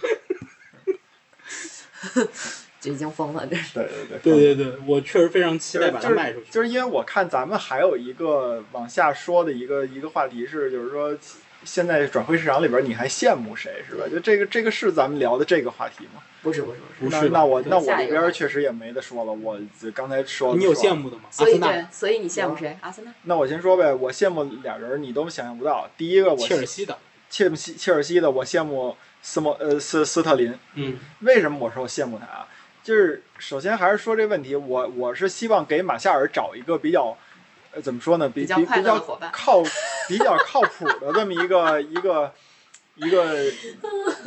S1: 这已经疯了，这是。
S2: 对对对
S3: 对对对，我确实非常期
S2: 就是
S3: 待把它卖出去。
S2: 就是因为我看咱们还有一个往下说的一个一个话题是，就是说现在转会市场里边你还羡慕谁是吧？就这个这个是咱们聊的这个话题吗？
S1: 不是不是不是，
S3: 不
S2: 那
S3: 是吧
S2: 那我
S3: 对
S2: 那我
S1: 下
S2: 这
S1: 一个话
S2: 边
S1: 题
S2: 确实也没得说了，我就刚才说了
S3: 你有
S2: 说了
S3: 羡慕的吗？阿
S1: 所以
S3: 森纳、
S1: 对，所以你羡慕谁？阿森纳？
S2: 那我先说呗，我羡慕俩人，你都想象不到。第一个我
S3: 切尔西的，
S2: 切尔西切尔西的，我羡慕斯莫呃斯斯特林，
S3: 嗯，
S2: 为什么我说我羡慕他啊？就是首先还是说这问题，我我是希望给马夏尔找一个比较，呃，怎么说呢？比
S1: 比较
S2: 比
S1: 快
S2: 比
S1: 乐
S2: 较
S1: 的伙伴
S2: 靠比较靠谱的这么一个一个一个，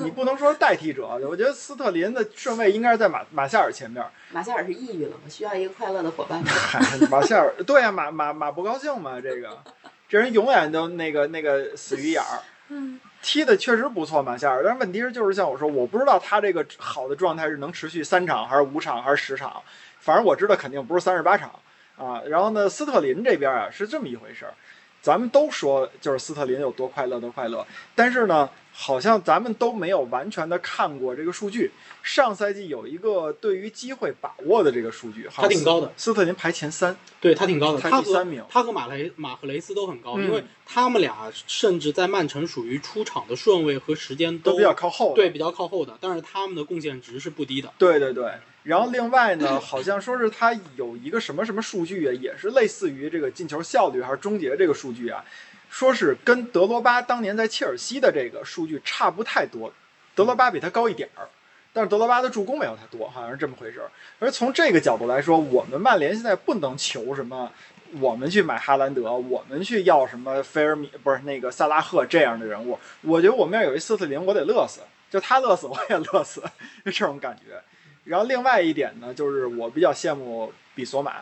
S2: 你不能说是代替者，我觉得斯特林的顺位应该是在马马夏尔前面。
S1: 马夏尔是抑郁了吗？需要一个快乐的伙伴 吗？
S2: 嗨，马夏尔，对呀、马马马不高兴嘛，这个这人永远都那个那个死鱼眼儿。踢的确实不错，马夏尔，但是问题是就是像我说，我不知道他这个好的状态是能持续三场还是五场还是十场，反正我知道肯定不是三十八场啊。然后呢，斯特林这边啊是这么一回事儿，咱们都说就是斯特林有多快乐多快乐，但是呢，好像咱们都没有完全的看过这个数据。上赛季有一个对于机会把握的这个数据，好
S3: 他
S2: 像
S3: 挺
S2: 斯
S3: 高的，
S2: 斯特林排前三，
S3: 对他挺高的，
S2: 他
S3: 他
S2: 第三名
S3: 和他和马雷马赫雷斯都很高，
S2: 嗯
S3: 因为他们俩甚至在曼城属于出场的顺位和时间
S2: 都比较靠后的。
S3: 对比较靠后的，但是他们的贡献值是不低的。
S2: 对对对。然后另外呢，好像说是他有一个什么什么数据啊，也是类似于这个进球效率还是终结这个数据啊，说是跟德罗巴当年在切尔西的这个数据差不太多，德罗巴比他高一点儿。但是德罗巴的助攻没有他多，好像是这么回事儿。而从这个角度来说，我们曼联现在不能求什么，我们去买哈兰德，我们去要什么菲尔米不是那个萨拉赫这样的人物。我觉得我们要有一斯特林，我得乐死，就他乐死我也乐死，就这种感觉。然后另外一点呢，就是我比较羡慕比索马，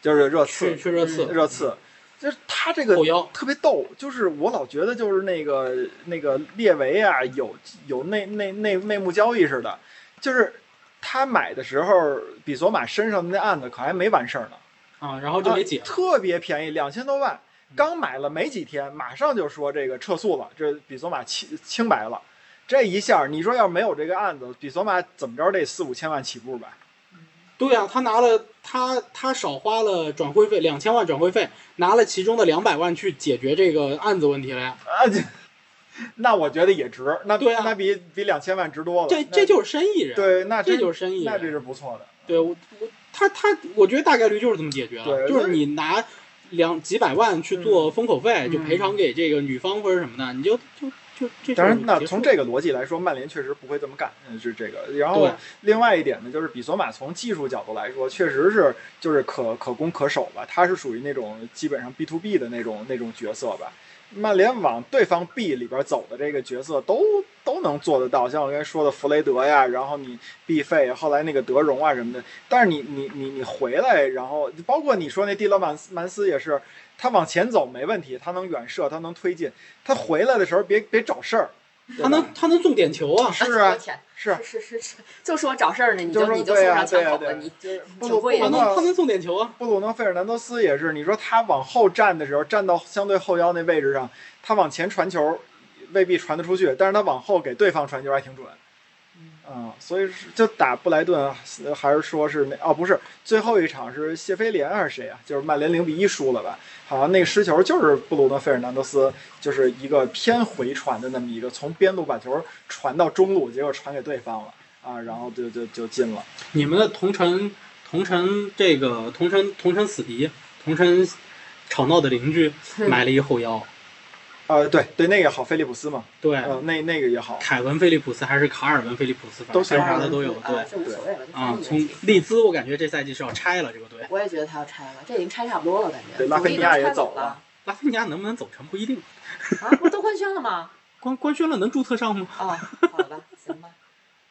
S2: 就是热刺，
S3: 去去热刺
S2: 热刺，就是他这个
S3: 后腰，
S2: 特别逗，就是我老觉得就是那个那个列维啊，有有内内内内幕交易似的，就是他买的时候，比索马身上的那案子可还没完事儿呢，
S3: 啊，然后就没解
S2: 啊，
S3: 嗯
S2: 特别便宜，两千多万，刚买了没几天，马上就说这个撤诉了，这比索马清清白了，这一下你说要没有这个案子，比索马怎么着得四五千万起步吧？
S3: 对啊，他拿了他他少花了转会费两千万转会费，拿了其中的两百万去解决这个案子问题了呀。
S2: 啊，这那我觉得也值，那
S3: 对啊
S2: 那比比两千万值多了，
S3: 这
S2: 哦那
S3: 这就是生意人，
S2: 对，那
S3: 这
S2: 真
S3: 就是生意
S2: 那这
S3: 人。
S2: 是不错的。
S3: 对我我他他，我觉得大概率就是这么解决了，
S2: 对嗯
S3: 就是你拿两几百万去做封口费，就赔偿给这个女方或者什么的，你就就就这事
S2: 当
S3: 儿
S2: 然，
S3: 就
S2: 那
S3: 结束
S2: 从这个逻辑来说，曼联确实不会这么干，嗯，是这个。然后
S3: 对
S2: 另外一点呢，就是比索马从技术角度来说，确实是就是可可攻可守吧，他是属于那种基本上 B to B 的那种那种角色吧。曼联往对方 B 里边走的这个角色都都能做得到，像我刚才说的弗雷德呀，然后你 B 费，后来那个德容啊什么的。但是你你你你回来，然后包括你说那蒂勒曼斯曼斯也是，他往前走没问题，他能远射，他能推进，他回来的时候别别找事儿，
S3: 他能他能送点球啊，
S2: 是
S1: 我
S2: 啊
S1: 的，天，
S2: 是
S1: 是是是，就说找事儿呢，你
S2: 就
S1: 就
S2: 是说
S1: 你就
S2: 对
S1: 送
S2: 啊
S1: 上
S2: 对
S1: 枪
S2: 啊
S1: 口
S2: 对啊
S1: 了，你
S2: 就是布
S1: 挺
S2: 鲁布
S1: 会
S3: 他
S2: 鲁
S1: 的。
S3: 能他
S2: 诺
S3: 能送点球啊，
S2: 布鲁诺费尔南多斯也是，你说他往后站的时候，站到相对后腰那位置上，他往前传球，未必传得出去，但是他往后给对方传球还挺准。嗯，所以是就打布莱顿，呃还是说是那哦，不是最后一场是谢菲联还是谁啊？就是曼联零比一输了吧？好像那个失球就是布鲁诺费尔南德斯，就是一个偏回传的那么一个，从边路把球传到中路，结果传给对方了啊，然后就就就进了。
S3: 你们的同城同城这个同城同城死敌同城吵闹的邻居买了一后腰，
S2: 啊，对对，那个也好，菲利普斯嘛，
S3: 对，
S2: 呃，那那个也好，
S3: 凯文·菲利普斯还是卡尔文·菲利普斯，反
S2: 都行
S3: 正啥的都嗯有，对
S1: 啊，这无所谓了，这翻，
S3: 啊
S1: 译
S3: 从
S1: 问题
S3: 利兹我感觉这赛季是要拆了这个队，
S1: 我也觉得他要拆了，这已经拆差不多了，感觉。
S2: 对拉菲尼亚也走了
S1: 了，
S3: 拉菲尼亚能不能走成不一定，
S1: 啊，不是都官宣了吗？
S3: 官官宣了能注册上吗？
S1: 哦，好吧，行吧。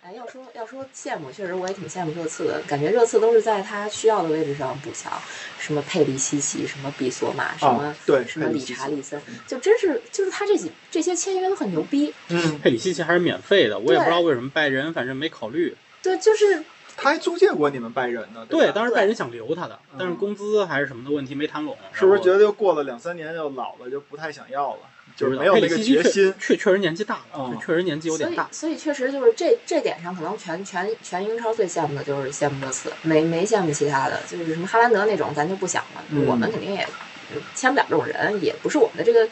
S1: 哎，要说要说羡慕，确实我也挺羡慕热刺的，感觉热刺都是在他需要的位置上补强，什么佩里西奇，什么比索马，什么、
S2: 啊，对，
S1: 什么
S2: 佩
S1: 理
S2: 里西
S1: 查利森，就真是就是他这几这些签约都很牛逼。
S2: 嗯，
S3: 佩里西奇还是免费的，我也不知道为什么拜仁反正没考虑，
S1: 对，就是
S2: 他还租借过你们拜仁呢，
S3: 对，
S2: 吧
S3: 当时拜仁想留他的
S2: 嗯，
S3: 但是工资还是什么的问题没谈拢，
S2: 是不是觉
S3: 得
S2: 得就过了两三年就老了，就不太想要了，就是没有
S3: 佩
S2: 那
S3: 里
S2: 个
S3: 西奇
S2: 决
S3: 确
S2: 心？
S3: 确确实年纪大了，
S2: 嗯
S3: 就确实年纪有
S1: 所
S3: 点
S1: 以
S3: 大，
S1: 所以确实就是这这点上，可能全全全英超最羡慕的就是羡慕热刺，没没羡慕其他的，就是什么哈兰德那种咱就不想了，
S2: 嗯
S1: 我们肯定也呃签不了这种人，也不是我们的这个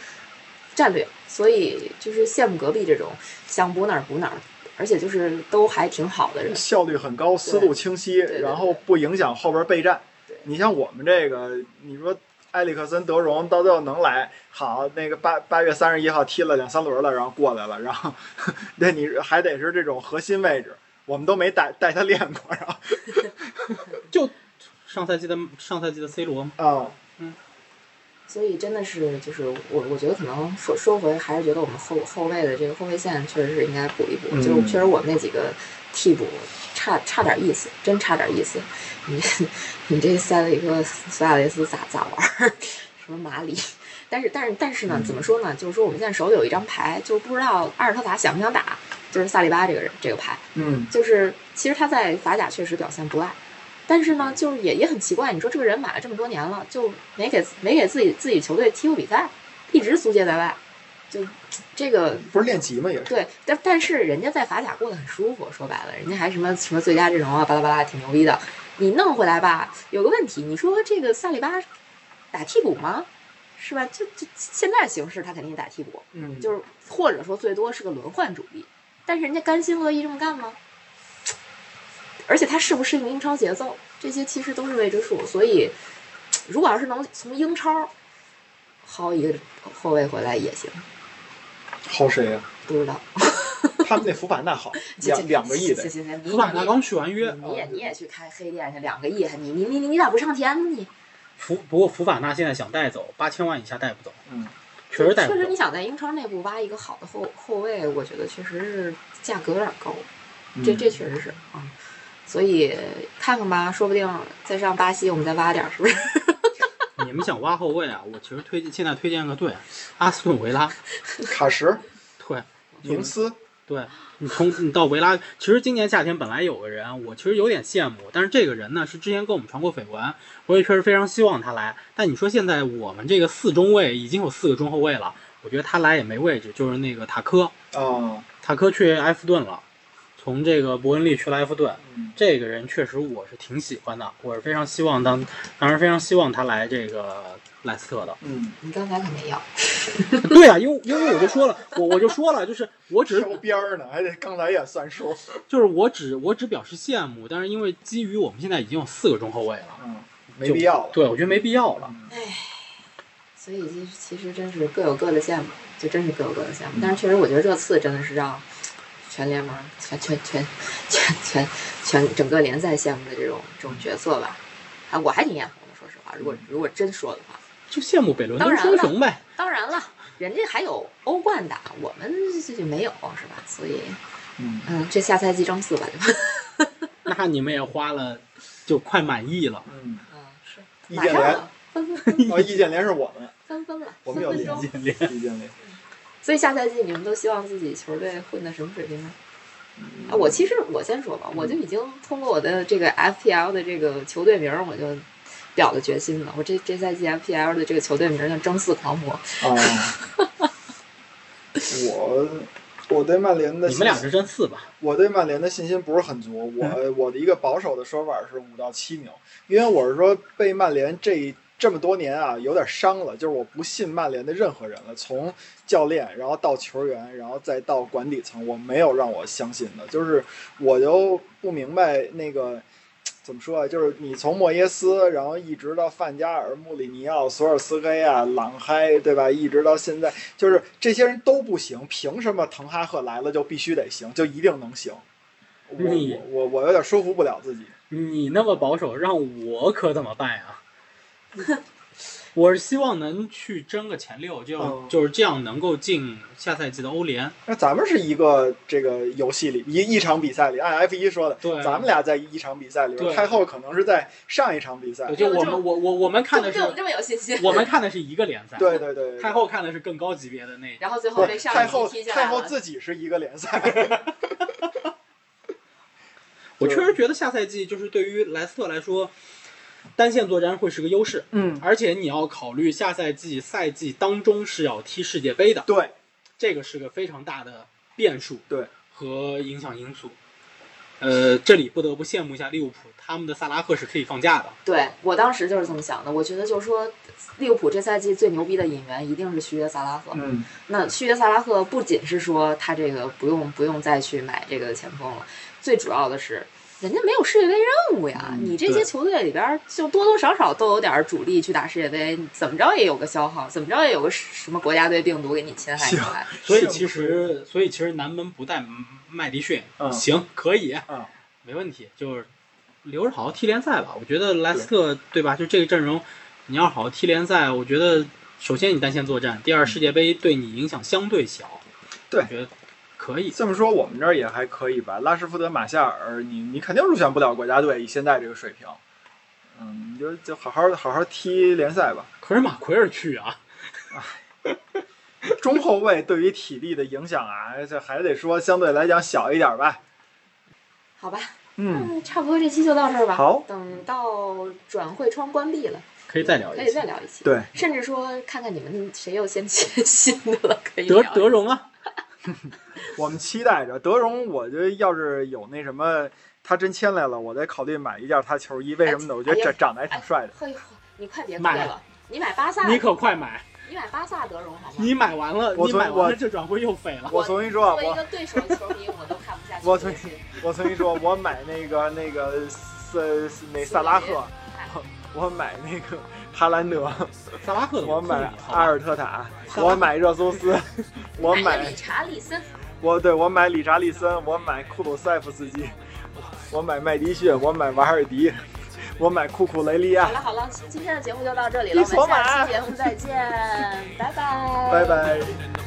S1: 战略，所以就是羡慕隔壁这种想补哪儿补哪儿，而且就是都还挺好的人，
S2: 效率很高，思路清晰，
S1: 对对
S2: 然后不影响后边备战
S1: 对。
S2: 你像我们这个，你说埃里克森、德容到最后能来，好，那个八八月三十一号踢了两三轮了，然后过来了，然后 那你还得是这种核心位置，我们都没带带他练过，然后
S3: 就上赛季的上赛季的 C 罗嘛，
S2: 啊、
S1: 所以真的是就是我我觉得可能说说回还是觉得我们后后卫的这个后卫线确实是应该补一补，
S2: 嗯
S1: 就是确实我们那几个替补差差点意思，真差点意思。你你这塞了一个苏亚雷斯咋咋玩儿？ 什么马里？但是但是但是呢，怎么说呢？就是说我们现在手里有一张牌，就是不知道阿尔特塔想不想打，就是萨利巴这个人这个牌。
S2: 嗯，
S1: 就是其实他在法甲确实表现不赖，但是呢，就是也也很奇怪，你说这个人买了这么多年了，就没给没给自己自己球队踢过比赛，一直租借在外，就这个
S2: 不是练级吗？也是，
S1: 对，但但是人家在法甲过得很舒服，说白了，人家还什么什么最佳阵容啊，巴拉巴拉，挺牛逼的。你弄回来吧，有个问题，你说这个萨里巴打替补吗？是吧？这这现在形势他肯定打替补，
S2: 嗯，
S1: 就是或者说最多是个轮换主力，但是人家甘心乐意这么干吗？而且他适不适应英超节奏，这些其实都是未知数。所以，如果要是能从英超薅一个后卫回来也行，
S2: 薅谁呀、
S1: 不知道。
S2: 他们那福版纳好，
S1: 这
S2: 两两个亿的
S1: 行，行行，你
S3: 普法纳刚续完约，
S1: 你也你也去开黑店去，两个亿，你你你你咋不上天呢？你
S3: 福不过福法纳现在想带走，八千万以下带不走，
S2: 嗯，
S3: 确实带不
S1: 确实
S3: 走
S1: 你。想在英超内部挖一个好的后后卫，我觉得确实是价格有点高。
S3: 嗯
S1: 这这确实是啊，所以看看吧，说不定再上巴西我们再挖点儿，是不是？
S3: 你们想挖后卫啊？我其实推荐现在推荐个队，啊阿斯顿维拉，
S2: 卡什、
S3: 对，
S2: 宁斯，
S3: 对你从你到维拉，其实今年夏天本来有个人，我其实有点羡慕，但是这个人呢是之前跟我们传过绯闻，我也确实非常希望他来。但你说现在我们这个四中卫已经有四个中后卫了，我觉得他来也没位置，就是那个塔科，
S2: 啊，
S3: 塔科去埃弗顿了，从这个伯恩利去了埃弗顿。
S2: 嗯，
S3: 这个人确实我是挺喜欢的，我是非常希望当，当然非常希望他来这个莱斯特的。
S2: 嗯，
S1: 你刚才可没要，
S3: 对啊，因为因为我就说了，我我就说了，就是我只是
S2: 收边儿呢，还得刚才也算数，
S3: 就是我只我只表示羡慕，但是因为基于我们现在已经有四个中后卫了，
S2: 嗯，没必要了。
S3: 对我觉得没必要了。
S1: 所以其实其实真是各有各的羡慕，就真是各有各的羡慕。但是确实，我觉得这次真的是让全联盟、全全全全全全整个联赛羡慕的这种这种角色吧。啊，我还挺眼红的，说实话，如果如果真说的话，
S3: 就羡慕北伦敦双雄呗。
S1: 当然了，人家还有欧冠打，我们这就没有，是吧？所以，
S2: 嗯
S1: 嗯，这下赛季争四吧，对吧？
S3: 那你们也花了，就快满意了。
S2: 嗯，
S1: 嗯，是，
S2: 易
S1: 马
S2: 建
S1: 上
S2: 联，
S1: 了，分分分
S2: 哦，易建联是我们，
S1: 分分了，
S2: 我
S1: 分
S2: 们有
S1: 分
S2: 理
S1: 钟。
S2: 解
S3: 建联
S2: 易建联，
S1: 所以下赛季你们都希望自己球队混到什么水平呢？
S2: 嗯
S1: 啊，我其实我先说吧，我就已经通过我的这个 FPL 的这个球队名儿，我就表了决心了。我这 这赛季 FPL 的这个球队名儿叫“争四狂魔
S2: 啊，我我对曼联的
S4: 你们俩
S2: 信
S4: 是真四吧？
S2: 我对曼联的信心不是很足，我我的一个保守的说法是五到七名，因为我是说被曼联这这么多年啊有点伤了，就是我不信曼联的任何人了，从教练，然后到球员，然后再到管理层，我没有让我相信的，就是我就不明白那个。怎么说啊？就是你从莫耶斯，然后一直到范加尔、穆里尼奥、索尔斯克亚、朗嗨，对吧？一直到现在，就是这些人都不行，凭什么滕哈赫来了就必须得行，就一定能行？我
S4: 你
S2: 我我我有点说服不了自己。
S4: 你那么保守，让我可怎么办啊？
S3: 我是希望能去争个前六，就、
S2: 嗯
S3: 就是这样能够进下赛季的欧联。
S2: 那咱们是一个这个游戏里一一场比赛里，按 F 一说的，
S3: 对，
S2: 咱们俩在一场比赛里边，
S3: 对
S2: 太后可能是在上一场比赛
S3: 对。就我们我我我们看的
S1: 对我们
S3: 是
S1: 这么有信 心。
S3: 我们看的是一个联赛，
S2: 对对对，对
S3: 太后看的是更高级别的那。
S1: 然后最后
S2: 不
S1: 被
S2: 是
S1: 上
S2: 太
S1: 一
S2: 后
S1: 踢下来
S2: 太
S1: 了。
S2: 后自己是一个联赛。
S3: 我确实觉得下赛季就是对于莱斯特来说，单线作战会是个优势，
S2: 嗯，
S3: 而且你要考虑下赛季赛季当中是要踢世界杯的，
S2: 对，
S3: 这个是个非常大的变数，
S2: 对
S3: 和影响因素。呃，这里不得不羡慕一下利物浦，他们的萨拉赫是可以放假的。
S1: 对我当时就是这么想的，我觉得就是说，利物浦这赛季最牛逼的引援一定是续约萨拉赫。
S2: 嗯，
S1: 那续约萨拉赫不仅是说他这个不用不用再去买这个前锋了，最主要的是人家没有世界杯任务呀。
S2: 嗯
S1: 你这些
S3: 对
S1: 球队里边儿就多多少少都有点儿主力去打世界杯，怎么着也有个消耗，怎么着也有个什么国家队病毒给你侵害进 来。
S3: 所以其实，所以其实南门不带麦迪逊，
S2: 嗯
S3: 行，可以，
S2: 嗯
S3: 没问题，就是留着好好踢联赛吧。我觉得莱斯特对吧？就这个阵容，你要好好踢联赛，我觉得首先你单线作战，第二世界杯对你影响相对小，
S2: 嗯对
S3: 我觉得可以。
S2: 这么说我们这儿也还可以吧。拉什福德、马夏尔，你你肯定入选不了国家队，以现在这个水平。嗯，你就就好好好好踢联赛吧。
S3: 可是马奎尔去啊，
S2: 中后卫对于体力的影响啊，这还得说相对来讲小一点吧。
S1: 好吧，
S2: 嗯，
S1: 嗯，差不多这期就到这儿吧。
S2: 好，
S1: 等到转会窗关闭了，
S3: 可以再聊
S1: 可
S3: 一
S1: 以
S3: 期。
S1: 再聊一期。
S2: 对，
S1: 甚至说看看你们谁又先签 新的了，可以
S3: 德
S1: 聊
S3: 德容啊，
S2: 我们期待着德容。我觉得要是有那什么，他真签来了，我再考虑买一件他球衣。为什么呢？我觉得这长得还挺帅的。
S1: 嘿呦，你快别亏
S3: 买
S1: 了，你买巴萨，
S3: 你可快买！
S1: 你买巴萨德容好吗？
S3: 你买完了，
S2: 我
S3: 你
S2: 昨
S3: 买完
S2: 我
S3: 了这转会又废了。
S2: 我重新说啊，
S1: 作为一
S2: 我
S1: 个对手球迷，我都看不下去。
S2: 我从我重新说，我买那个那个萨那萨拉赫，我我买那个哈兰德。
S3: 萨拉赫的
S2: 我
S3: 控制
S2: 买
S3: 力好
S2: 阿
S3: 吧，
S2: 尔特塔，我买热苏斯，我
S1: 买了
S2: 买
S1: 理哎查利森，
S2: 我对我买理查利森，我买库鲁塞夫斯基，我买麦迪逊，我买瓦尔迪，我买库库雷利亚
S1: 好，了好了，今天的节目就到这里
S2: 你
S1: 了，我
S2: 索
S1: 们下
S2: 马
S1: 期节目再见，拜拜，
S2: 拜。拜。